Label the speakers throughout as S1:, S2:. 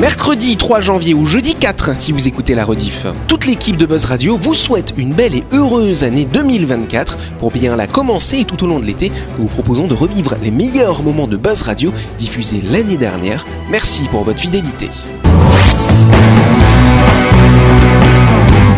S1: Mercredi 3 janvier ou jeudi 4 si vous écoutez la rediff. Toute l'équipe de Buzz Radio vous souhaite une belle et heureuse année 2024. Pour bien la commencer et tout au long de l'été, nous vous proposons de revivre les meilleurs moments de Buzz Radio diffusés l'année dernière. Merci pour votre fidélité.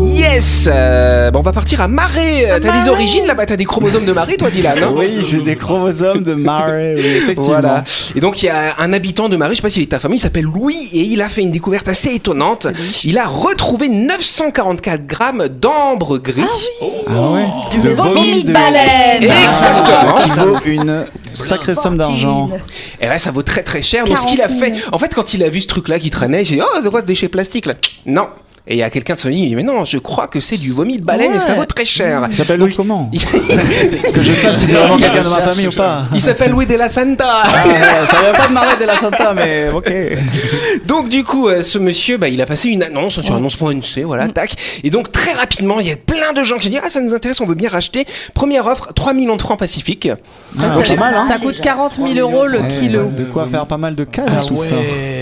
S1: Yes euh, bah On va partir à Marais. Euh, T'as des origines là-bas, t'as des chromosomes de Marais toi Dylan hein? non
S2: Oui, j'ai des chromosomes de Marais, oui, effectivement.
S1: Voilà. Et donc il y a un habitant de Marais, je sais pas s'il est de ta famille, il s'appelle Louis et il a fait une découverte assez étonnante. Il a retrouvé 944 grammes d'ambre gris.
S2: Ah ouais
S3: Du vomi de baleine.
S1: Exactement.
S2: Qui vaut une sacrée somme d'argent.
S1: Et Eh ouais, ça vaut très très cher. Donc ce qu'il a fait, en fait, quand il a vu ce truc-là qui traînait, j'ai dit oh c'est quoi ce déchet plastique là Non. Et il y a quelqu'un de son lit, il dit mais non, je crois que c'est du vomi de baleine et ça vaut très cher.
S2: Il s'appelle Louis comment
S1: il
S2: Que je sache si c'est vraiment quelqu'un de ma famille ou pas.
S1: il s'appelle Louis de la Santa.
S2: Ah, ouais, ça vient pas de Marais de la Santa, mais ok.
S1: Donc du coup, euh, ce monsieur, bah, il a passé une annonce sur annonce.nc, voilà, tac. Et donc très rapidement, il y a plein de gens qui disent ah ça nous intéresse, on veut bien racheter. Première offre, 3 millions de francs Pacifique.
S2: Ah,
S3: ça,
S2: donc c'est mal, hein.
S3: ça coûte 40 000 euros le
S2: Ouais,
S3: kilo.
S2: De quoi faire pas mal de
S4: Ah
S2: cases, tout Ah,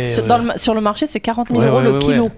S2: ça.
S3: Sur, dans le, sur le marché, c'est 40 000
S4: Ouais,
S3: euros
S4: ouais,
S3: le
S4: ouais,
S3: kilo.
S4: ouais.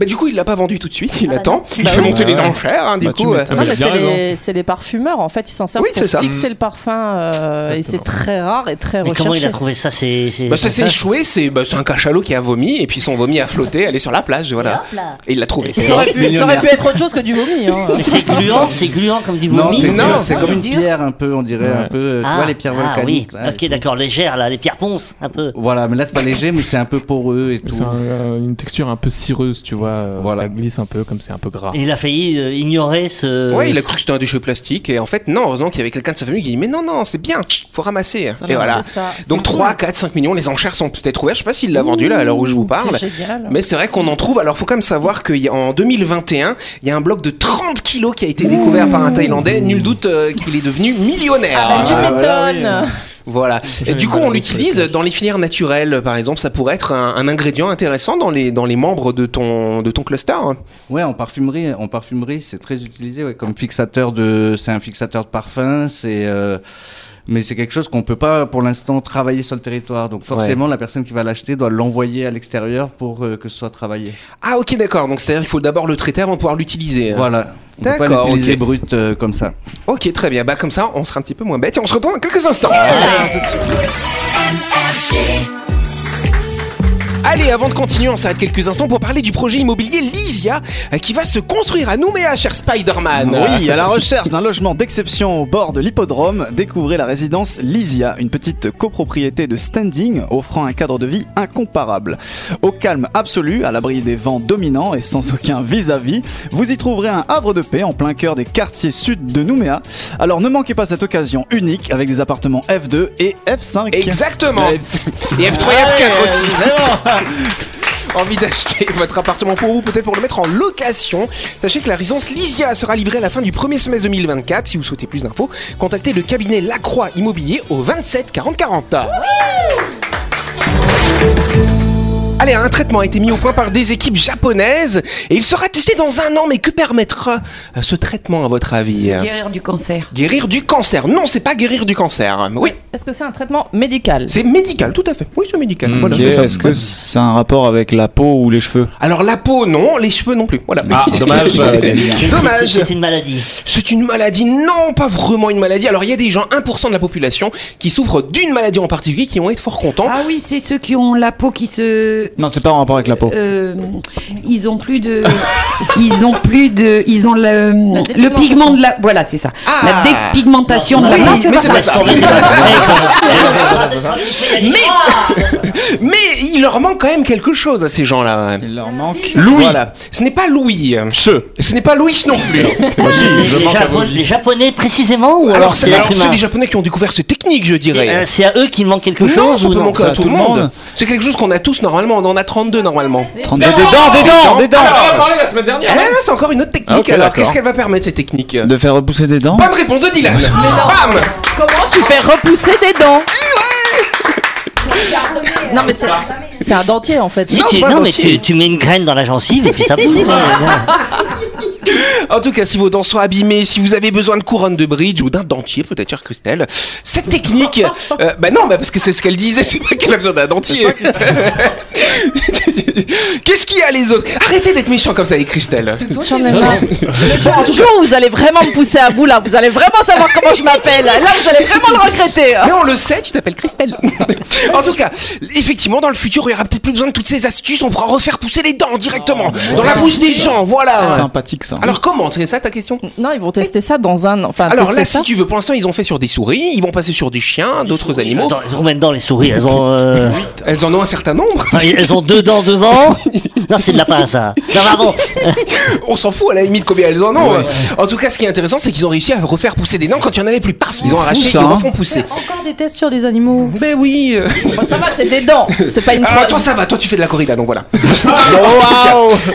S1: Bah du coup, il l'a pas vendu tout de suite, il attend, il fait monter les enchères, hein, du
S2: Bah, tu
S1: coup. euh,
S2: m'étonnes.
S3: Non,
S4: Ah, mais
S3: mais
S4: il a
S3: c'est
S4: raison.
S3: les, c'est les parfumeurs, en fait, ils s'en servent
S1: Oui,
S3: pour
S1: c'est ça.
S3: fixer le parfum. euh, et c'est très rare et très
S5: Mais
S3: recherché.
S5: comment il a trouvé ça C'est c'est-
S1: bah ça s'est échoué, c'est bah, c'est un cachalot qui a vomi et puis son vomi a flotté, elle est sur la plage, voilà. Et il l'a trouvé.
S5: Et
S3: ça, aurait pu, ça aurait pu être autre chose que du vomi. hein.
S5: c'est- c'est gluant, c'est gluant comme du
S2: Non,
S5: vomi.
S2: c'est-
S1: Non,
S2: c'est
S1: c'est
S2: comme une
S6: dur.
S2: pierre un peu, on dirait un peu, euh, tu vois les pierres
S5: ah
S2: volcaniques
S5: oui.
S2: là.
S5: ok, d'accord, légère là, les pierres ponces un peu.
S2: Voilà, mais là c'est pas léger, mais c'est un peu poreux et tout.
S4: C'est un- euh, une texture un peu cireuse, tu vois. euh,
S2: Voilà.
S4: Ça glisse un peu, comme c'est un peu gras.
S5: Et Il a failli euh, ignorer ce.
S1: Ah. Ouais,
S3: Euh.
S1: il a cru que c'était un déchet plastique et en fait non, heureusement qu'il y avait quelqu'un de sa famille qui dit mais non non, c'est bien, faut ramasser. et voilà.
S3: C'est ça,
S1: Donc
S3: c'est
S1: 3, 4, 5 millions, les enchères sont peut-être ouvertes, je sais pas s'il l'a vendu là à l'heure où je vous
S3: cool.
S1: parle.
S3: C'est génial.
S1: Mais c'est vrai qu'on en trouve. Alors, faut quand même savoir qu'en 2021, il y a un bloc de 30 kilos qui a été découvert par un Thaïlandais. Nul doute euh, qu'il est devenu millionnaire.
S3: Ah, tu
S2: Ah, voilà,
S3: m'étonnes.
S1: Voilà. Et du coup, on
S4: malheureux,
S1: l'utilise dans les filières naturelles, par exemple. Ça pourrait être un, un ingrédient intéressant dans les, dans les membres de ton, de ton cluster. hein.
S2: Ouais, en parfumerie, en parfumerie, c'est très utilisé ouais, comme fixateur de, c'est un fixateur de parfum, c'est, euh, mais c'est quelque chose qu'on peut pas pour l'instant travailler sur le territoire. Donc forcément, la personne qui va l'acheter doit l'envoyer à l'extérieur pour euh, que ce soit travaillé.
S1: Ah, ok, d'accord. Donc, c'est-à-dire qu'il faut d'abord le traiter avant de pouvoir l'utiliser. hein.
S2: Voilà. On peut pas
S1: D'accord,
S2: l'utiliser
S1: ok.
S2: brut euh, comme ça.
S1: Ok, très bien. Bah, comme ça, on sera un petit peu moins bête. Et on se retrouve dans quelques instants. Allez, avant de continuer, on s'arrête quelques instants pour parler du projet immobilier Lysia euh, qui va se construire à Nouméa, cher Spider-Man.
S7: Oui, à la recherche d'un logement d'exception au bord de l'hippodrome, découvrez la résidence Lysia, une petite copropriété de standing offrant un cadre de vie incomparable. Au calme absolu, à l'abri des vents dominants et sans aucun vis-à-vis, vous y trouverez un havre de paix en plein cœur des quartiers sud de Nouméa. Alors ne manquez pas cette occasion unique avec des appartements F2 et F5.
S1: Exactement.
S7: Ouais.
S1: Et F3 et F4 aussi. Envie d'acheter votre appartement pour vous, peut-être pour le mettre en location. Sachez que la résidence Lysia sera livrée à la fin du premier semestre 2024. Si vous souhaitez plus d'infos, contactez le cabinet Lacroix Immobilier au 27 40 40. Allez, un traitement a été mis au point par des équipes japonaises et il sera testé dans un an. Mais que permettra euh, ce traitement à votre avis euh,
S6: Guérir du cancer.
S1: Guérir du cancer Non, c'est pas guérir du cancer. Oui,
S3: Est-ce que c'est un traitement médical
S1: c'est médical, tout à fait. Oui, c'est médical. Voilà,
S7: Ok,
S1: c'est ça.
S7: Est-ce que c'est un rapport avec la peau ou les cheveux
S1: Alors la peau, non, les cheveux non plus. Voilà.
S4: dommage, euh,
S1: dommage.
S5: C'est une maladie.
S1: C'est une maladie, non, pas vraiment une maladie. Alors il y a des gens, 1% de la population, qui souffrent d'une maladie en particulier, qui vont être fort contents.
S6: Ah oui, c'est ceux qui ont la peau qui se.
S7: Non, c'est pas en rapport avec la peau.
S6: euh, ils ont plus de. ils ont plus de. Ils ont le, le pigment de la. Voilà, c'est ça.
S1: Ah.
S6: La dépigmentation de la
S1: Oui,
S6: peau.
S1: mais c'est pas ça.
S5: Laisse tomber, Ah, c'est pas ça. Ah, Mais
S1: Mais il leur manque quand même quelque chose à ces gens-là.
S7: Il leur manque.
S1: Louis. Voilà. Ce n'est pas Louis. Ce. Ce n'est pas Louis non plus.
S5: les, Japo- les Japonais précisément ou alors,
S1: Alors,
S5: c'est
S1: c'est alors
S5: l'être
S1: ceux
S5: humain
S1: des Japonais qui ont découvert cette technique, je dirais.
S5: Euh, C'est à eux qu'il manque quelque
S1: non,
S5: chose
S1: ça
S5: ou
S1: peut
S5: non
S1: manquer à tout, le monde. C'est quelque chose qu'on a tous normalement. On en a 32 normalement.
S7: 32 des dents, des dents, des dents
S4: parlé la semaine dernière.
S1: Ah, c'est encore une autre technique.
S7: Ah, ok,
S1: alors,
S7: d'accord.
S1: qu'est-ce qu'elle va permettre cette technique
S7: De faire repousser des dents
S1: Bonne réponse de Dylan. Bam
S3: Comment tu fais repousser tes dents Non mais c'est c'est un dentier en fait.
S1: Non,
S5: Tu-
S1: c'est pas
S5: non, mais
S1: gentil.
S5: tu, tu mets une graine dans la gencive et puis ça bouge. quoi.
S1: En tout cas, si vos dents sont abîmées, si vous avez besoin de couronne de bridge ou d'un dentier, peut-être, chère Christelle, cette technique. euh, bah non, bah parce que c'est ce qu'elle disait, c'est pas qu'elle a besoin d'un dentier. Qu'est-ce qu'il y a les autres Arrêtez d'être méchant comme ça avec Christelle.
S3: J'en ai marre. Le jour- le jour où vous allez vraiment me pousser à bout là, vous allez vraiment savoir comment je m'appelle. Là vous allez vraiment le regretter. hein.
S1: Mais on le sait, tu t'appelles Christelle. en tout cas, effectivement, dans le futur, il y aura peut-être plus besoin de toutes ces astuces. On pourra refaire pousser les dents directement dans la bouche des gens.
S7: Ah
S1: Voilà.
S7: Sympathique ça.
S1: Alors comment C'est ça ta question
S3: Non ils vont tester ça dans un. Enfin
S1: Alors
S3: tester
S1: là,
S3: Ah, ça.
S1: si tu veux, pour l'instant, ils ont fait sur des souris. Ils vont passer sur des chiens, d'autres animaux.
S5: Attends, elles ont même dans les souris, elles ont, euh,
S1: Elles en ont un certain nombre.
S5: Ah, elles ont deux dents devant. Non, c'est de la lapin ça. Non, vraiment.
S1: On s'en fout à la limite combien elles en ont. hein. En tout cas, ce qui est intéressant, c'est qu'ils ont réussi à refaire pousser des dents quand il n'y en avait plus. Paf, ils ont arraché
S7: ça,
S1: et
S7: hein.
S1: refont pousser.
S8: Encore des tests sur les animaux.
S1: Ben oui. euh.
S3: Bon, ça va c'est des dents. C'est pas une.
S1: Ah,
S3: croix.
S1: toi, ça va. Toi, tu fais de la corrida, donc voilà.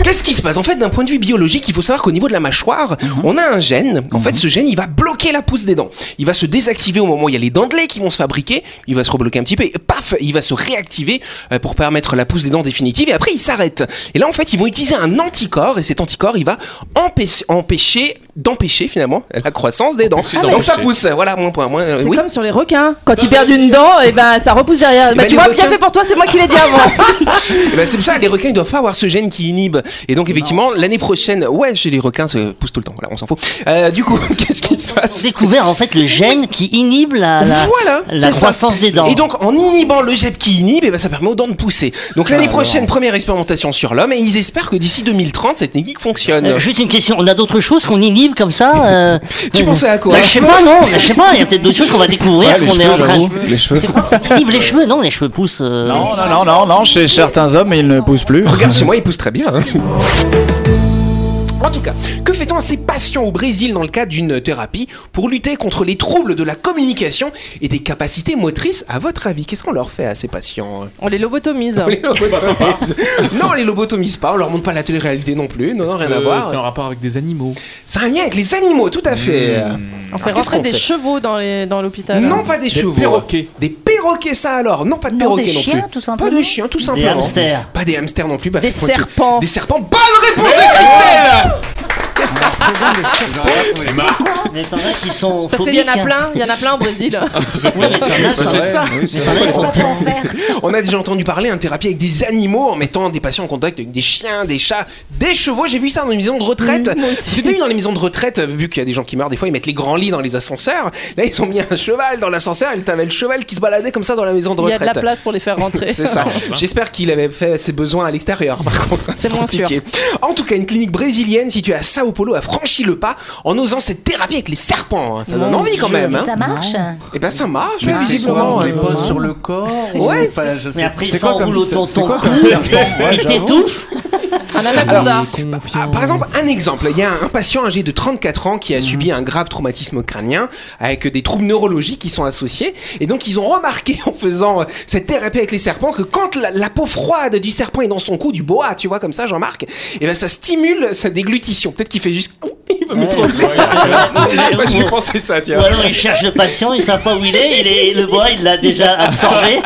S1: Qu'est-ce qui se passe En fait, d'un point de vue biologique, il faut savoir qu'au niveau de la mâchoire,
S3: Mhm.
S1: on a un gène. En fait, ce gène, il va bloquer la pousse des dents. Il va se désactiver au moment où il y a les dents de lait qui vont se fabriquer. Il va se rebloquer un petit peu. Et paf, il va se réactiver euh, pour permettre la pousse des dents définitive. Et après, il s'arrête. Et là, en fait, ils vont utiliser un anticorps. Et cet anticorps, il va empêcher, empêcher d'empêcher finalement la croissance des dents. Donc ça pousse. Voilà, moins point, moins.
S3: C'est
S1: oui.
S3: comme sur les requins. Ah, Quand ils perdent une dent, et ben ça repousse derrière. Bah,
S1: ben, les
S3: tu vois,
S1: requins-
S3: bien fait pour toi, c'est moi qui l'ai dit avant.
S1: Eh ben, c'est pour ça, les requins, ils doivent pas avoir ce gène qui inhibe. Et donc, effectivement, l'année prochaine, ouais, chez les requins, ça pousse tout le temps. Voilà, on s'en fout. Euh, du coup, qu'est-ce qui se
S5: Ils ont
S1: passe
S5: découvert en fait le gène qui inhibe la, la,
S1: Voilà,
S5: la
S1: c'est ça.
S5: croissance des dents.
S1: Et donc, en inhibant le jet qui inhibe, eh ben, ça permet aux dents de pousser. Donc, l'année prochaine, première expérimentation sur l'homme, et ils espèrent que d'ici 2030, cette technique fonctionne.
S5: Euh, juste une question, on a d'autres choses qu'on inhibe comme ça euh,
S1: Tu
S5: euh,
S1: pensais à quoi
S5: bah, Je sais pas, non, mais je sais pas, il y a peut-être d'autres choses qu'on va découvrir qu'on est en train de.
S7: Les cheveux.
S5: C'est quoi qu'on inhibe les cheveux Non, les cheveux poussent. euh,
S7: Non, non, non, non, non, chez certains hommes, ils ne poussent plus.
S1: Regarde chez moi, il pousse très bien. hein. En tout cas, que fait-on à ces patients au Brésil dans le cadre d'une thérapie pour lutter contre les troubles de la communication et des capacités motrices À votre avis, qu'est-ce qu'on leur fait à ces patients
S3: On les lobotomise.
S1: On les lobotomise. non, on les lobotomise pas, on leur montre pas la télé-réalité non plus, non, non, rien à
S4: Euh, C'est en
S1: voir.
S4: rapport avec des animaux.
S1: C'est un lien avec les animaux, tout à fait.
S5: Mmh.
S3: On Ah, fait
S1: Alors, qu'est-ce
S3: rentrer
S1: qu'on
S3: des
S1: fait
S3: chevaux dans les dans l'hôpital.
S1: Non, pas des, chevaux.
S4: perroquets.
S1: Des perroquets, ça alors. Non, pas de
S8: Non,
S1: perroquets
S8: des
S1: non
S8: chiens,
S1: plus.
S8: tout
S1: Pas
S8: simplement.
S1: de chiens, tout
S5: Des
S1: simplement.
S5: hamsters.
S1: Pas des hamsters non plus. bah,
S3: Des
S1: faut pointer-
S3: serpents.
S1: Des serpents. Bonne réponse de Christelle
S5: Mais t'en as qui sont.
S3: Parce qu'il y en a
S5: phobiques,
S3: plein, il y en a plein au Brésil.
S5: hein. Ouais, mais t'en
S7: Bah,
S5: as,
S1: Bah,
S5: t'en as- t'en as qui sont-
S1: On a déjà entendu parler un thérapie avec des animaux en mettant des patients en contact avec des chiens, des chats, des chevaux. J'ai vu ça dans les maisons de retraite. Parce que t'as vu dans les maisons de retraite, vu qu'il y a des gens qui meurent, des fois ils mettent les grands lits dans les ascenseurs. Là ils ont mis un cheval dans l'ascenseur et t'avais le cheval qui se baladait comme ça dans la maison de
S3: Il y a de
S1: retraite.
S3: la place pour les faire rentrer.
S1: C'est ça. J'espère qu'il avait fait ses besoins à l'extérieur, par contre.
S3: C'est moins sûr.
S1: compliqué. En tout cas, une clinique brésilienne située à Sao Paulo a franchi le pas en osant cette thérapie avec les serpents. hein. Ça donne
S3: Mon
S1: envie quand même. hein.
S8: Ça marche
S1: Et ben ça marche, visiblement.
S2: On
S1: hein.
S2: les pose sur le corps. ou-
S1: Ouais.
S2: Enfin, je sais
S5: euh, Mais
S2: pas.
S5: après, ils
S7: C'est quoi comme
S5: s'enroulent autour de
S7: c'est
S5: ton
S7: quoi
S5: cou,
S7: comme serpent Ouais,
S5: ils
S7: j'avoue.
S5: t'étouffent.
S3: Un anaconda.
S1: Ah, par exemple, un exemple, il y a un patient âgé de 34 ans
S5: Mhm.
S1: qui a subi un grave traumatisme crânien avec des troubles neurologiques qui sont associés. Et donc, ils ont remarqué en faisant euh, cette thérapie avec les serpents que quand la, la peau froide du serpent est dans son cou, du boa, tu vois, comme ça, Jean-Marc, et ben ça stimule sa déglutition. Peut-être qu'il fait juste. Il va me trembler. Moi, j'ai pensé ça,
S5: Ou
S1: tiens.
S5: alors ils cherchent le patient, ils savent pas où il est, il est le bois, il l'a déjà absorbé.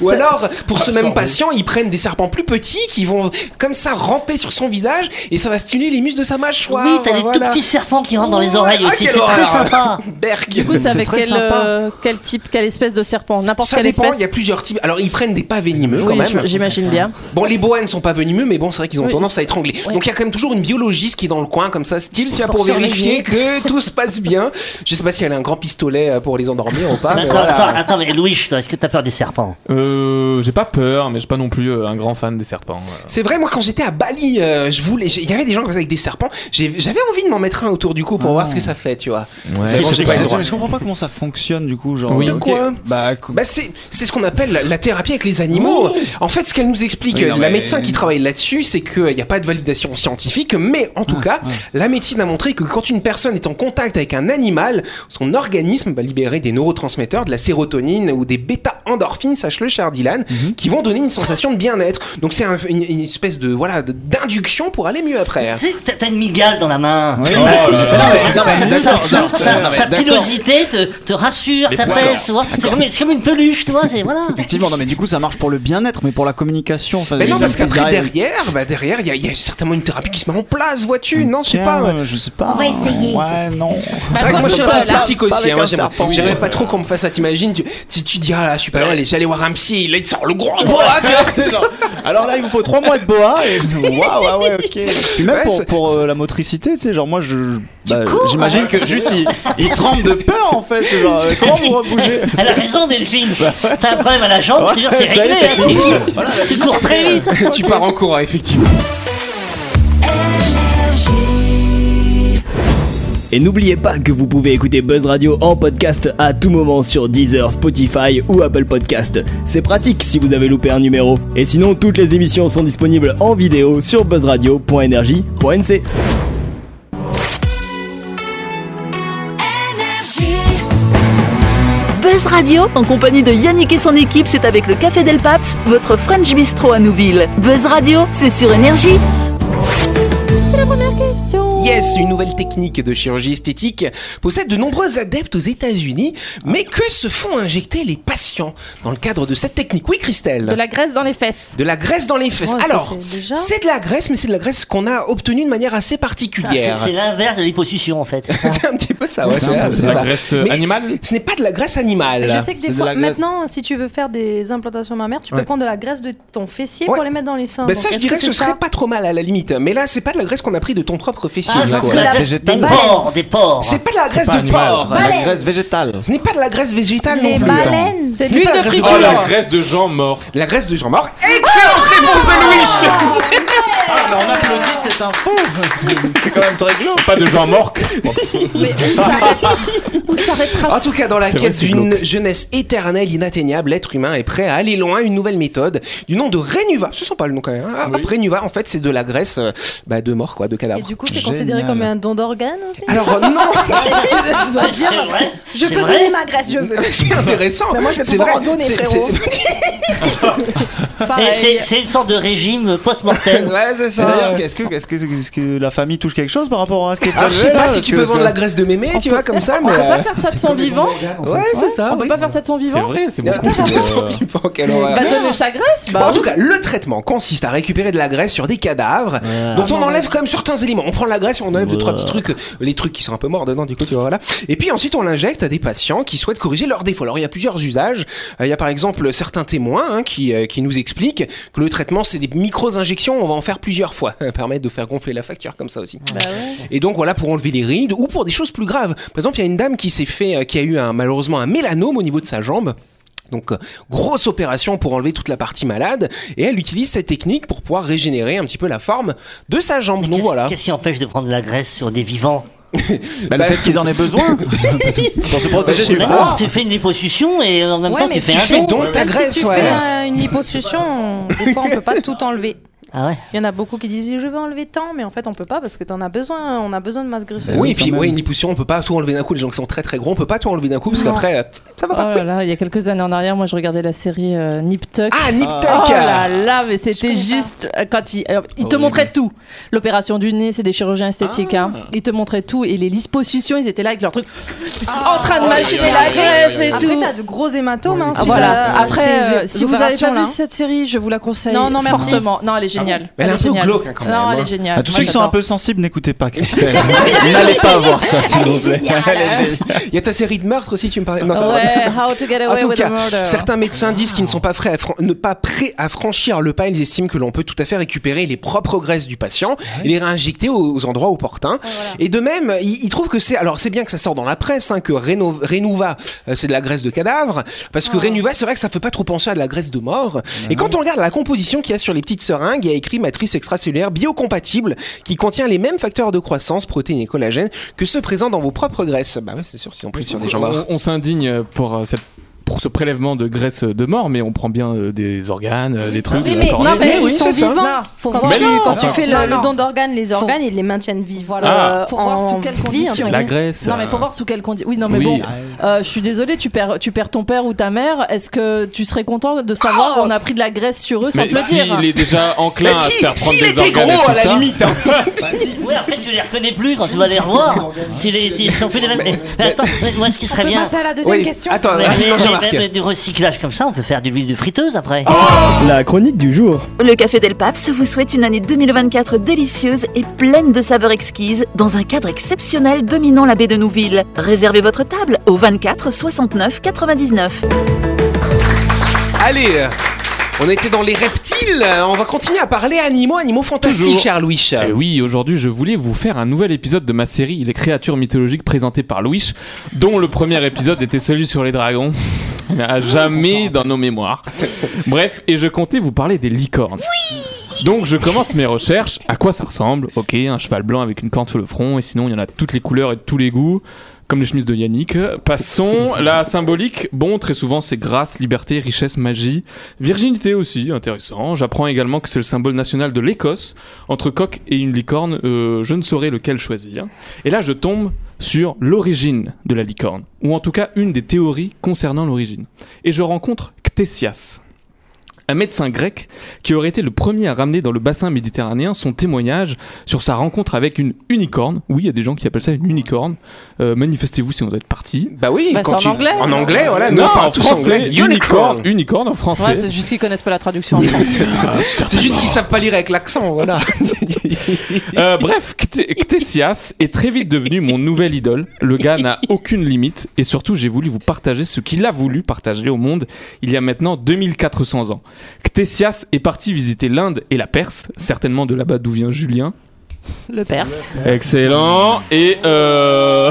S1: Ou alors, pour
S5: Ah,
S1: ce même patient, ils prennent des serpents plus petits qui vont comme ça ramper sur son visage et ça va stimuler les muscles de sa mâchoire.
S5: Oui, t'as des tout
S1: Voilà.
S5: petits serpents qui rentrent dans les oreilles
S1: Ah,
S5: aussi,
S1: quelle
S5: c'est très
S1: horreur.
S5: sympa.
S7: Ah,
S1: Berk.
S3: Du coup, c'est avec
S7: très
S3: quel,
S7: sympa.
S3: euh, quel type, quelle espèce de serpent N'importe
S1: Ça
S3: quelle
S1: dépend, il y
S3: espèce
S1: a plusieurs types. Alors ils prennent des pas venimeux quand
S3: Oui,
S1: même.
S3: je- j'imagine bien.
S1: Bon, les boas ne sont pas venimeux, mais bon, c'est vrai qu'ils ont
S3: Oui,
S1: tendance à étrangler.
S3: ouais.
S1: Donc il y a quand même toujours une biologiste qui est dans le coin comme ça, style, tu vois, pour,
S8: Pour
S1: vérifier que tout se passe bien. Je sais pas si elle a un grand pistolet euh, pour les endormir ou pas.
S5: Mais
S1: mais
S5: Attends,
S1: voilà.
S5: attends, attends, mais Louis, toi, est-ce que t'as peur des serpents
S4: Euh, j'ai pas peur, mais je suis pas non plus euh, un grand fan des serpents. euh.
S1: C'est vrai, moi quand j'étais à Bali, euh, je voulais, j'ai- il y avait des gens comme ça avec des serpents. J'ai- J'avais envie de m'en mettre un autour du cou
S3: Ah.
S1: pour voir ce que ça fait, tu vois.
S4: Ouais.
S1: bon, j'ai pas eu le droit.
S7: Mais je comprends pas comment ça fonctionne du coup, genre.
S4: Oui.
S1: De
S4: ok.
S1: quoi
S7: Bah, cou-
S1: Bah, c'est c'est ce qu'on appelle la, la thérapie avec les
S7: Oh.
S1: animaux. En fait, ce qu'elle nous explique,
S7: Oui, non,
S1: la
S7: mais-
S1: euh, médecin qui travaille là-dessus, c'est qu'il n'y a pas de validation scientifique, mais en tout cas, La médecine a montré que quand une personne est en contact avec un animal, son organisme va libérer des neurotransmetteurs, de la sérotonine ou des bêta-endorphines, sache-le, cher Dylan,
S7: Mhm.
S1: qui vont donner une sensation de bien-être. Donc c'est un- une, une espèce de voilà de- d'induction pour aller mieux après.
S5: Tu sais, t'as- T'as une migale dans la main.
S7: Oui.
S5: Non,
S7: Oh là là.
S5: mais
S7: Non, mais
S5: Sa
S7: d'accord, non,
S5: sa-
S7: non,
S5: sa-
S7: mais
S5: sa
S7: d'accord.
S5: pilosité te, te rassure,
S4: Les
S5: t'apaise, tu vois. C'est comme, c'est comme une peluche, tu vois. C'est voilà.
S7: Effectivement, non, mais du coup, ça marche pour le bien-être, mais pour la communication. enfin,
S1: Mais
S7: les
S1: non,
S7: gens
S1: parce
S7: qui
S1: qu'après,
S7: arrivent-
S1: derrière, bah, derrière, il y, a- il y a certainement une thérapie qui se met en place, vois-tu Non, je sais
S7: Tiens,
S1: pas. ouais.
S7: euh, Je sais pas.
S9: On va essayer.
S7: Ouais, non.
S1: C'est vrai que moi je suis un
S3: Pas
S1: peu
S3: avec un
S1: sceptique aussi. hein.
S7: serpent,
S1: Moi
S7: oui.
S1: j'aimerais j'aimerais pas trop qu'on me fasse ça. T'imagines, tu, tu, tu dis ah là, je suis pas loin, allez, j'allais voir un psy, il sort le gros bois, tu vois.
S7: Alors là, il vous faut 3 mois de boa et.
S10: ah
S7: Waouh, ouais, ouais, ok. Puis même
S1: Ouais,
S7: pour,
S1: c'est-
S7: pour, euh, la motricité, tu sais, genre moi, je. bah, J'imagine que juste il, il tremble de peur en fait. c'est Genre, euh, comment vous rebouger
S5: Elle a raison, Delphine. T'as un problème à la jambe,
S7: Ouais,
S5: c'est dire, c'est
S7: ça y est,
S5: réglé.
S7: c'est
S5: hein. Tu- Tu cours très vite.
S1: tu pars en courant, effectivement.
S10: Et n'oubliez pas que vous pouvez écouter Buzz Radio en podcast à tout moment sur Deezer, Spotify ou Apple Podcast. C'est pratique si vous avez loupé un numéro. Et sinon, toutes les émissions sont disponibles en vidéo sur buzzradio.energie.nc.
S11: Buzz Radio, en compagnie de Yannick et son équipe, c'est avec le Café Del Paps, votre French Bistro à Nouville. Buzz Radio, c'est sur Énergie.
S1: Yes, une nouvelle technique de chirurgie esthétique possède de nombreux adeptes aux États-Unis, mais que se font injecter les patients dans le cadre de cette technique Oui, Christelle
S3: De la graisse dans les fesses.
S1: De la graisse dans les fesses.
S8: Ouais, Oh, ça,
S1: Alors,
S8: c'est déjà-
S1: c'est de la graisse, mais c'est de la graisse qu'on a obtenue de manière assez
S5: Ah, c'est-
S1: particulière.
S5: C'est l'inverse de l'hyposuction en fait.
S1: C'est un petit peu ça, ouais, c'est
S4: C'est
S1: c'est
S4: la
S1: ça.
S4: graisse euh,
S1: Mais-
S4: animale
S1: Ce n'est pas de la graisse animale.
S8: Je sais que
S7: c'est
S8: des
S7: de
S8: fois,
S7: la glace.
S8: maintenant, si tu veux faire des implantations mammaires, tu
S1: Ouais.
S8: peux prendre de la graisse de ton fessier
S1: Ouais.
S8: pour les mettre dans les seins.
S1: Bah
S8: Donc,
S1: ça, je
S8: est-ce
S1: dirais que,
S8: que
S1: ce
S8: c'est
S1: serait
S8: ça
S1: pas trop mal à la limite. Mais là, c'est pas de la graisse qu'on a pris de ton propre fessier.
S5: Ah,
S1: là,
S5: non,
S1: quoi.
S5: c'est la- des
S7: végétale.
S5: porcs, des porcs.
S1: C'est pas de la graisse
S4: pas
S1: de
S4: animal.
S1: porc.
S7: La graisse végétale.
S1: Ce n'est pas de la graisse végétale non
S8: Les
S1: plus.
S8: baleines
S3: C'est
S1: Ce
S3: de
S1: n'est
S3: l'huile
S1: Ah, pas la
S3: de
S1: graisse de
S4: Oh,
S3: friture.
S4: la graisse de gens morts
S1: La graisse de Jean Mort. Excellente réponse de Louis.
S7: Ah, mais on applaudit cette info. C'est quand même très glauque.
S4: Pas de gens morts
S3: Mais où s'arrête- où s'arrêtera
S1: En tout cas, dans la
S4: C'est vrai,
S1: quête
S4: c'est
S1: d'une jeunesse éternelle, inatteignable, l'être humain est prêt à aller loin. Une nouvelle méthode du nom de Renuva. Ce sont pas le nom quand même. hein.
S4: Oui.
S1: Renuva, en fait, c'est de la graisse euh, bah, de mort, quoi, de
S8: Et
S1: cadavre.
S8: du coup, c'est
S7: Génial.
S8: considéré comme un don d'organe en fait
S1: Alors euh, non,
S8: Tu dois dire,
S5: C'est vrai.
S8: je
S5: C'est
S8: peux
S5: vrai
S8: donner ma graisse, je veux.
S1: c'est intéressant.
S8: Bah, moi, je vais
S1: C'est
S8: pouvoir
S1: vrai,
S8: en donner,
S1: c'est-
S8: frérot.
S1: c'est-
S5: Et
S3: Pareil.
S5: c'est- C'est une sorte de régime post-mortem.
S1: Ouais, c'est
S7: Et
S1: ça.
S7: D'ailleurs, est-ce que, est-ce, que, est-ce que la famille touche quelque chose par rapport à ce qui est
S1: Alors, Ah. je
S7: prévu,
S1: sais
S7: là,
S1: pas si
S7: parce
S1: tu
S7: que-
S1: peux
S7: parce
S1: vendre
S7: que-
S1: la graisse de mémé, tu vois, comme ça,
S3: On
S1: mais.
S3: peut pas
S1: euh,
S3: faire ça de son vivant.
S1: Ouais, c'est ça.
S3: On peut
S1: Ah, oui.
S3: pas faire ça de son
S4: C'est
S3: vivant.
S4: vrai, c'est
S1: Il y a un
S4: beaucoup
S1: truc
S4: plus,
S1: de son
S4: euh,
S1: vivant, quelle horreur.
S3: Bah donner sa graisse.
S1: Bon,
S3: Bah
S1: en tout cas, le traitement consiste à récupérer de la graisse sur des cadavres,
S3: Ah,
S5: Euh,
S1: dont on enlève quand même certains éléments. On prend la graisse, on enlève deux trois petits trucs, euh, les trucs qui sont un peu morts dedans, du coup, tu vois, voilà. Et puis ensuite, on l'injecte à des patients qui souhaitent corriger leurs défauts. Alors, il y a plusieurs usages. Euh, Il y a par exemple certains témoins hein, qui, euh, qui nous expliquent que le traitement, c'est des micro-injections, on va en faire plusieurs fois. Ça permet de faire gonfler la facture comme ça aussi. Et donc voilà pour enlever les rides ou pour des choses plus graves. Par exemple, il y a une dame qui s'est fait, euh, qui a eu un, malheureusement un mélanome au niveau de sa jambe. Donc euh, grosse opération pour enlever toute la partie malade et elle utilise cette technique pour pouvoir régénérer un petit peu la forme de sa jambe. Donc
S5: Qu'est-ce
S1: voilà.
S5: qu'est-ce qui empêche de prendre de la graisse sur des vivants
S7: Bah, le fait qu'ils en aient besoin pour se
S1: Bah, je
S7: protéger
S1: sais
S7: du
S1: pas.
S7: froid.
S5: Tu fais une liposuction et en même
S8: Ouais,
S5: temps
S8: mais
S5: tu fais
S1: Tu
S5: un
S1: fais
S5: don.
S1: donc ta
S8: Même
S1: graisse,
S8: si tu
S1: ouais.
S8: fais euh, une liposuction, on- des fois on peut pas tout enlever.
S5: Ah ouais.
S8: Il y en a beaucoup qui disent je veux enlever tant, mais en fait on peut pas parce que t'en as besoin, on a besoin de masse graisseuse.
S1: Oui, et
S7: quand
S1: puis
S7: même.
S1: ouais, une liposuction, on peut pas tout enlever d'un coup. Les gens qui sont très très gros, on peut pas tout enlever d'un coup parce
S8: Non.
S1: qu'après euh, ça va
S3: Oh
S1: pas.
S3: là là, il y a quelques années en arrière, moi je regardais la série euh, Nip Tuck.
S1: Ah, nip
S3: Oh
S1: tuck.
S3: là là, mais
S8: connais
S3: c'était
S8: pas.
S3: juste euh, quand il, alors, il te
S7: Horrible.
S3: montrait tout. L'opération du nez, c'est des chirurgiens esthétiques. hein. Ils te montraient tout et les liposuctions, ils étaient là avec leur truc Ah,
S8: Ah.
S3: en train de
S4: Oh,
S3: machiner
S4: aïe,
S3: la
S4: aïe,
S3: graisse
S4: aïe,
S3: et
S4: aïe,
S8: Après
S3: tout.
S8: t'as de gros hématomes. hein,
S3: Ah,
S8: suite
S3: voilà.
S8: à-
S3: Après,
S8: ces
S3: euh, si vous avez pas
S8: opérations-là,
S3: vu
S8: hein.
S3: cette série, je vous la conseille
S8: Non, non, merci.
S3: fortement. Non, elle est géniale.
S1: Mais elle est un peu
S3: géniale.
S1: glauque, hein, quand
S3: Non,
S1: même,
S3: elle
S1: hein.
S3: est géniale.
S7: À Ah, tous
S3: Ah, Moi,
S7: ceux qui sont un
S3: j'adore.
S7: peu sensibles, n'écoutez pas Christelle. N'allez pas voir ça, s'il vous plaît.
S1: Il y a ta série de meurtres aussi, tu me parlais. Non, ça va.
S3: Ouais, How to Get
S1: Ah, En
S3: Away
S1: tout
S3: with a
S1: cas,
S3: Murder.
S1: certains médecins disent qu'ils ne sont pas prêts à fran- ne pas prêts à franchir le pas. Ils estiment que l'on peut tout à fait récupérer les propres graisses du patient et les réinjecter aux, aux endroits
S3: Ah,
S1: opportuns. Et de même, ils, ils trouvent que c'est alors c'est bien que ça sort dans la presse hein, que Reno- Renuva euh, c'est de la graisse de cadavre parce que
S3: Ah.
S1: Renuva c'est vrai que ça fait pas trop penser à de la graisse de mort. Et quand on regarde la composition qu'il y a sur les petites seringues, il y a écrit matrice extracellulaire biocompatible qui contient les mêmes facteurs de croissance, protéines et collagène que ceux présents dans vos propres graisses. Bah ouais, c'est sûr si on prie sur des gens morts.
S4: On, on s'indigne pour euh, cette pour ce prélèvement de graisse de mort, mais on prend bien euh, des organes, euh, des trucs,
S8: Oui,
S4: de la
S8: mais,
S4: cornée.
S8: non, mais ils
S4: oui,
S8: sont
S4: c'est ça.
S8: vivants.
S4: Non,
S8: Faut
S4: quand
S8: voir-
S4: tu-
S8: quand
S4: non,
S8: tu
S4: non.
S8: fais
S4: Non,
S8: le,
S4: non.
S8: don d'organes, les organes, ils les maintiennent vivants.
S4: Ah.
S8: euh,
S3: Faut voir
S8: en
S3: sous quelles
S8: vie, en
S3: conditions.
S8: fait.
S4: La Grèce,
S3: hein, Non, mais faut
S4: euh,
S3: voir sous quelles conditions. Oui, non, mais
S4: oui.
S3: bon. Euh, je suis désolée, tu perds, tu perds ton père ou ta mère. Est-ce que tu serais content de savoir qu'on a pris de la graisse sur eux sans
S4: Mais
S3: te le
S4: s'il
S3: dire
S4: est déjà
S3: Mais
S4: enclin à
S3: si,
S4: se faire prendre
S3: s'il
S4: des
S3: était
S4: organes et
S3: gros,
S4: tout
S3: à la
S4: ça-
S3: limite, hein.
S5: Oui, après tu les reconnais plus quand tu vas les revoir. Tu les, tu- ils sont plus les mêmes. Eh, Mais, attends, moi ce qui serait
S8: peut
S5: bien.
S8: passer à la deuxième Oui, question attends,
S5: Mais-
S8: rapidement,
S5: mais-
S8: Jean-Marc.
S5: mais- mais du recyclage comme ça, on peut faire de l'huile de friteuse après.
S1: Ah.
S10: La chronique du jour.
S11: Le Café Del Paps vous souhaite une année 2024 délicieuse et pleine de saveurs exquises dans un cadre exceptionnel dominant la baie de Nouville. Réservez votre table au 24 69 99.
S1: Allez, euh, on était dans les reptiles, euh, on va continuer à parler animaux, animaux fantastiques,
S4: Toujours.
S1: cher Louis.
S4: Eh oui, aujourd'hui, je voulais vous faire un nouvel épisode de ma série Les créatures mythologiques présentées par Louis, dont le premier épisode était celui sur les dragons. Mais à jamais dans nos mémoires. Bref, et je comptais vous parler des licornes. Donc je commence mes recherches. À quoi ça ressemble Ok, un cheval blanc avec une corne sur le front, et sinon il y en a de toutes les couleurs et de tous les goûts, comme les chemises de Yannick. Passons. La symbolique, bon, très souvent c'est grâce, liberté, richesse, magie. Virginité aussi, intéressant. J'apprends également que c'est le symbole national de l'Écosse. Entre coq et une licorne, euh, je ne saurais lequel choisir. Et là je tombe sur l'origine de la licorne, ou en tout cas une des théories concernant l'origine. Et je rencontre Ctesias. Un médecin grec qui aurait été le premier à ramener dans le bassin méditerranéen son témoignage sur sa rencontre avec une unicorne. Oui, il y a des gens qui appellent ça une unicorne. Euh, Manifestez-vous si vous êtes parti.
S1: Bah oui,
S3: Bah, quand c'est en tu- anglais.
S1: en anglais, voilà, nous,
S4: Eh non,
S1: on parle
S4: en
S1: tous
S4: français.
S1: anglais.
S4: Unicorne,
S1: Unicorn.
S4: unicorne en
S3: Ouais,
S4: français.
S3: c'est juste qu'ils connaissent pas la traduction.
S4: Ah,
S1: C'est juste qu'ils savent pas lire avec l'accent, voilà.
S4: Euh, bref, Cté- Ctesias est très vite devenu mon nouvel idole. Le gars n'a aucune limite et surtout j'ai voulu vous partager ce qu'il a voulu partager au monde il y a maintenant 2400 ans. Ctesias est parti visiter l'Inde et la Perse, certainement de là-bas d'où vient Julien.
S3: Le Perse.
S4: Excellent. Et euh...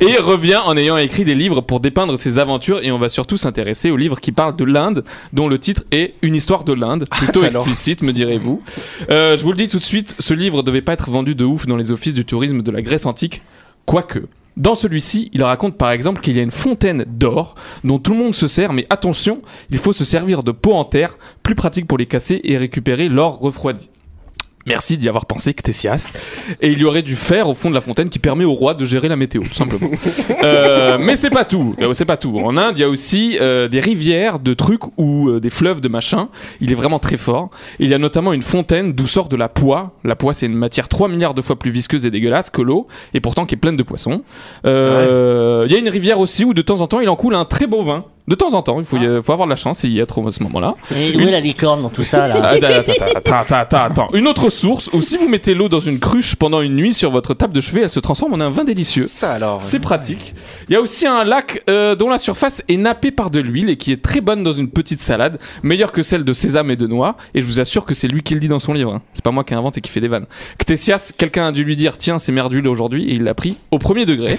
S4: Et revient en ayant écrit des livres pour dépeindre ses aventures et on va surtout s'intéresser au livre qui parle de l'Inde, dont le titre est Une histoire de l'Inde, plutôt
S1: alors.
S4: explicite me direz-vous. Euh, je vous le dis tout de suite, ce livre devait pas être vendu de ouf dans les offices du tourisme de la Grèce antique, quoique. Dans celui-ci, il raconte par exemple qu'il y a une fontaine d'or dont tout le monde se sert, mais attention, il faut se servir de pots en terre, plus pratique pour les casser et récupérer l'or refroidi. Merci d'y avoir pensé, Ctesias. Et il y aurait du fer au fond de la fontaine qui permet au roi de gérer la météo, tout simplement. Euh, mais c'est pas tout. Euh, C'est pas tout. En Inde, il y a aussi euh, des rivières de trucs ou euh, des fleuves de machin. Il est vraiment très fort. Il y a notamment une fontaine d'où sort de la poix. La poix, c'est une matière 3 milliards de fois plus visqueuse et dégueulasse que l'eau, et pourtant qui est pleine de poissons. Euh, Il y a une rivière aussi où de temps en temps, il en coule un très beau vin. De temps en temps, il faut, y- faut avoir de la chance, il y a trop à ce moment-là.
S5: Et où est la licorne dans tout ça là
S4: Ah, Attends, attends, attends, attends, attends, attends. Une autre source où si vous mettez l'eau dans une cruche pendant une nuit sur votre table de chevet, elle se transforme en un vin délicieux.
S1: Ça alors.
S4: C'est pratique. Il y a aussi un lac euh, dont la surface est nappée par de l'huile et qui est très bonne dans une petite salade, meilleure que celle de sésame et de noix. Et je vous assure que c'est lui qui le dit dans son livre. hein. C'est pas moi qui invente et qui fait des vannes. Ctesias, quelqu'un a dû lui dire tiens, c'est merdule aujourd'hui et il l'a pris au premier degré.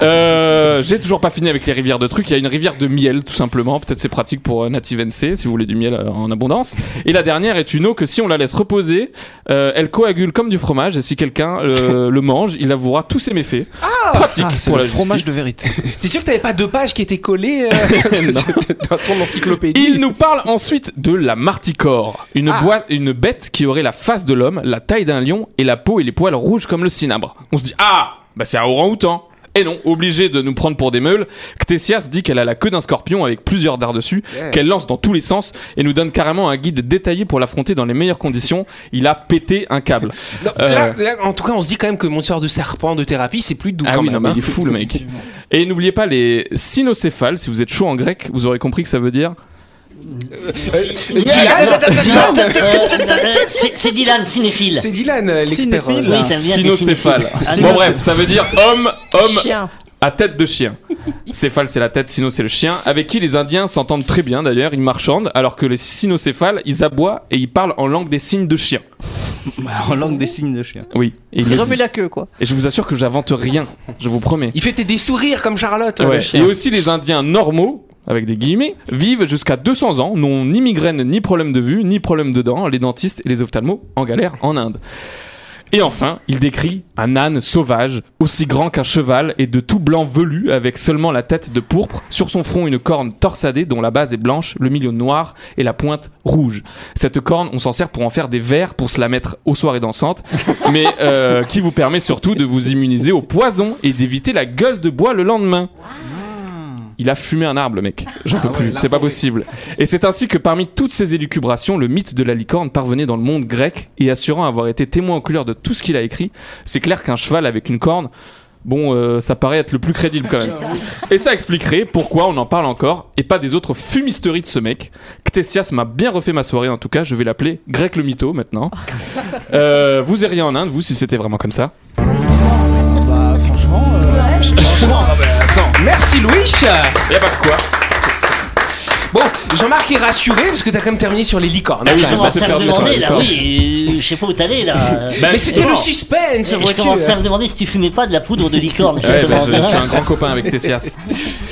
S4: Euh, J'ai toujours pas fini avec les rivières de trucs. Il y a une rivière de miel, tout simplement. Peut-être c'est pratique pour euh, Native NC si vous voulez du miel euh, en abondance. Et la dernière est une eau que si on la laisse reposer, euh, elle coagule comme du fromage. Et si quelqu'un euh, le mange, il avouera tous ses méfaits. pratique
S7: Ah, c'est
S4: pour
S7: le
S4: la
S7: fromage
S4: justice.
S7: de vérité.
S1: T'es sûr que t'avais pas deux pages qui étaient collées euh, dans ton encyclopédie
S4: Il nous parle ensuite de la marticore, une,
S1: Ah.
S4: boîte, une bête qui aurait la face de l'homme, la taille d'un lion et la peau et les poils rouges comme le cinabre. On se dit ah, bah c'est un orang-outan. Et non, obligé de nous prendre pour des meules, Ctesias dit qu'elle a la queue d'un scorpion avec plusieurs dards dessus, qu'elle lance dans tous les sens et nous donne carrément un guide détaillé pour l'affronter dans les meilleures conditions. Il a pété un câble.
S1: Non,
S4: Euh,
S1: là, là, en tout cas, on se dit quand même que mon tueur de serpent de thérapie, c'est plus doux
S4: ah
S1: quand
S4: oui,
S1: même.
S4: non, mais
S1: hein.
S4: il est fou le mec. Et n'oubliez pas les cynocéphales, si vous êtes chaud en grec, vous aurez compris que ça veut dire
S1: Euh, Dylan, Dylan,
S5: Euh, C'est c'est Dylan, cinéphile.
S1: c'est Dylan, euh, l'expert.
S7: Cinéphile.
S1: euh,
S5: Oui, ça vient des Ah
S4: cynocéphale.
S5: cinéphiles.
S4: Bon bref, ça veut dire homme, homme
S3: Chien.
S4: à tête de chien. Céphale c'est la tête, sino c'est le chien, avec qui les Indiens s'entendent très bien d'ailleurs, ils marchandent, alors que les cynocéphales, ils aboient et ils parlent en langue des signes de chien.
S2: Bah, En langue des signes de chien.
S4: Oui. Et, il
S3: Il
S4: le
S3: remue
S4: dit.
S3: la queue, quoi.
S4: Et je vous assure que j'invente rien, je vous promets.
S1: Il fait des sourires comme Charlotte. euh,
S4: Ouais.
S1: le chien.
S4: Et aussi les Indiens normaux, avec des guillemets, vivent jusqu'à 200 ans, n'ont ni migraine, ni problème de vue, ni problème de dents, les dentistes et les ophtalmos en galère en Inde. Et enfin, il décrit un âne sauvage, aussi grand qu'un cheval et de tout blanc velu avec seulement la tête de pourpre, sur son front une corne torsadée dont la base est blanche, le milieu noir et la pointe rouge. Cette corne, on s'en sert pour en faire des verres pour se la mettre aux soirées dansantes, mais euh, qui vous permet surtout de vous immuniser au poison et d'éviter la gueule de bois le lendemain. Il a fumé un arbre, le mec. J'en peux plus, c'est pas possible. Et c'est ainsi que parmi toutes ces élucubrations, le mythe de la licorne parvenait dans le monde grec et assurant avoir été témoin oculaire de tout ce qu'il a écrit, c'est clair qu'un cheval avec une corne, bon, euh, ça paraît être le plus crédible quand même. Et ça expliquerait pourquoi on en parle encore et pas des autres fumisteries de ce mec. Ctesias m'a bien refait ma soirée en tout cas, je vais l'appeler Grec le mytho maintenant. Euh, vous iriez en Inde, vous, si c'était vraiment comme ça
S7: Bah, franchement. euh, franchement,
S4: ben,
S7: ah bah, attends.
S1: Merci Louis
S4: Y'a pas de quoi.
S1: Bon, Jean-Marc est rassuré parce que t'as quand même terminé sur les licornes.
S4: Ah oui,
S1: Quand
S4: je
S1: même.
S4: sais.
S5: commence à me
S4: faire
S5: demander
S4: des Bah,
S5: là,
S4: soirées,
S5: oui, euh, je sais pas où t'allais là.
S4: Ben,
S1: Mais c'était le suspense,
S5: Je
S1: vois-tu.
S5: commence à me demander si tu fumais pas de la poudre de licorne.
S4: hein. Ouais, bah,
S5: justement.
S4: je, je suis un grand copain avec Tessias.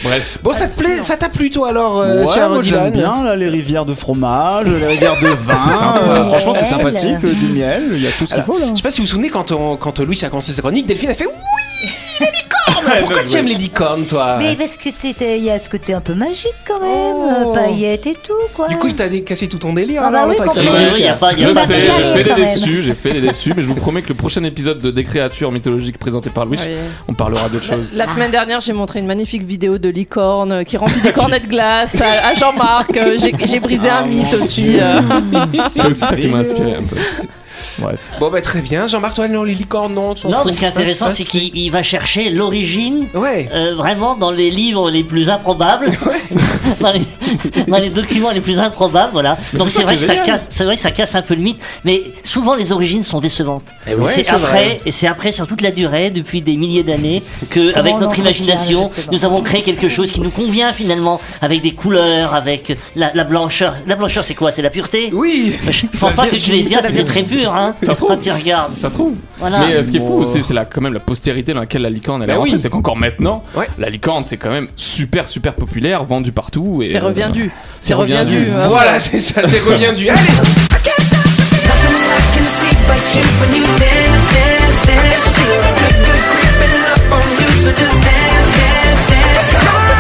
S4: Bref.
S1: Bon, ça te plaît, ça t'a plu toi alors, euh,
S7: Ouais,
S1: cher
S7: moi
S1: Dylan
S7: j'aime bien là, les rivières de fromage, les rivières de vin. euh, franchement, c'est sympathique, euh, du miel, il y a tout ce qu'il
S1: Alors,
S7: faut là.
S1: Je sais pas si vous vous souvenez quand, on- quand Louis a commencé sa chronique, Delphine a fait Oui, les licornes Pourquoi tu aimes les licornes toi
S9: Mais parce que c'est, c'est- il Eh, y a ce côté un peu magique quand même,
S1: Oh.
S9: paillettes et tout quoi.
S1: Du coup, il t'a dé- cassé tout ton délire
S9: Ah
S1: alors,
S9: bah oui,
S1: l'autre, avec sa
S5: complètement.
S1: chronique.
S5: Oui, oui, y a pas- y a
S4: Je
S5: pas
S9: de
S4: sais,
S9: galère,
S4: j'ai fait
S9: quand
S4: des
S9: même.
S4: déçus, j'ai fait des déçus, mais je vous promets que le prochain épisode de Des créatures mythologiques présenté par Louis,
S8: Ah Oui.
S4: on parlera d'autre chose.
S8: La semaine dernière, j'ai montré une magnifique vidéo de licorne euh, qui remplit des cornets de glace à, à Jean-Marc. Euh, J'ai j'ai brisé un mythe aussi. euh.
S4: C'est aussi ça qui m'a inspiré un peu. Bref.
S1: Bon, bah très bien. Jean-Marc, toi, non, les licornes, non, tu t'en
S5: Non,
S1: fous.
S5: mais ce qui est intéressant,
S1: Hein
S5: c'est qu'il il va chercher l'origine
S1: Ouais.
S5: euh, vraiment dans les livres les plus improbables, dans, les, dans les documents les plus improbables, voilà.
S4: Mais
S5: Donc
S4: c'est ça
S5: c'est vrai,
S4: qui
S5: que
S4: est
S5: ça
S4: génial.
S5: casse- c'est vrai que ça casse un peu le mythe, mais souvent les origines sont décevantes.
S1: Eh ouais,
S5: c'est
S1: c'est vrai.
S5: après, et c'est après sur toute la durée, depuis des milliers d'années, que avec
S9: on
S5: notre
S9: entretient,
S5: imagination,
S9: justement.
S5: nous avons créé quelque chose qui nous convient finalement, avec des couleurs, avec la, la blancheur. La blancheur, c'est quoi C'est la pureté.
S1: Oui
S5: Je pense pas que Tulésia c'était très pur, hein.
S4: Ça se trouve.
S5: Quand tu regardes.
S4: Ça trouve.
S5: Voilà.
S4: Mais euh, ce qui est fou, c'est c'est la- quand même la postérité dans laquelle la licorne elle est
S1: Bah
S4: rentrée.
S1: oui.
S4: C'est qu'encore maintenant,
S1: Ouais.
S4: la licorne c'est quand même super super populaire, vendue partout. et,
S8: C'est
S4: euh,
S8: reviendu.
S4: c'est
S8: C'est reviendu.
S4: reviendu.
S5: Ah,
S8: euh.
S1: Voilà, c'est ça, c'est reviendu. Allez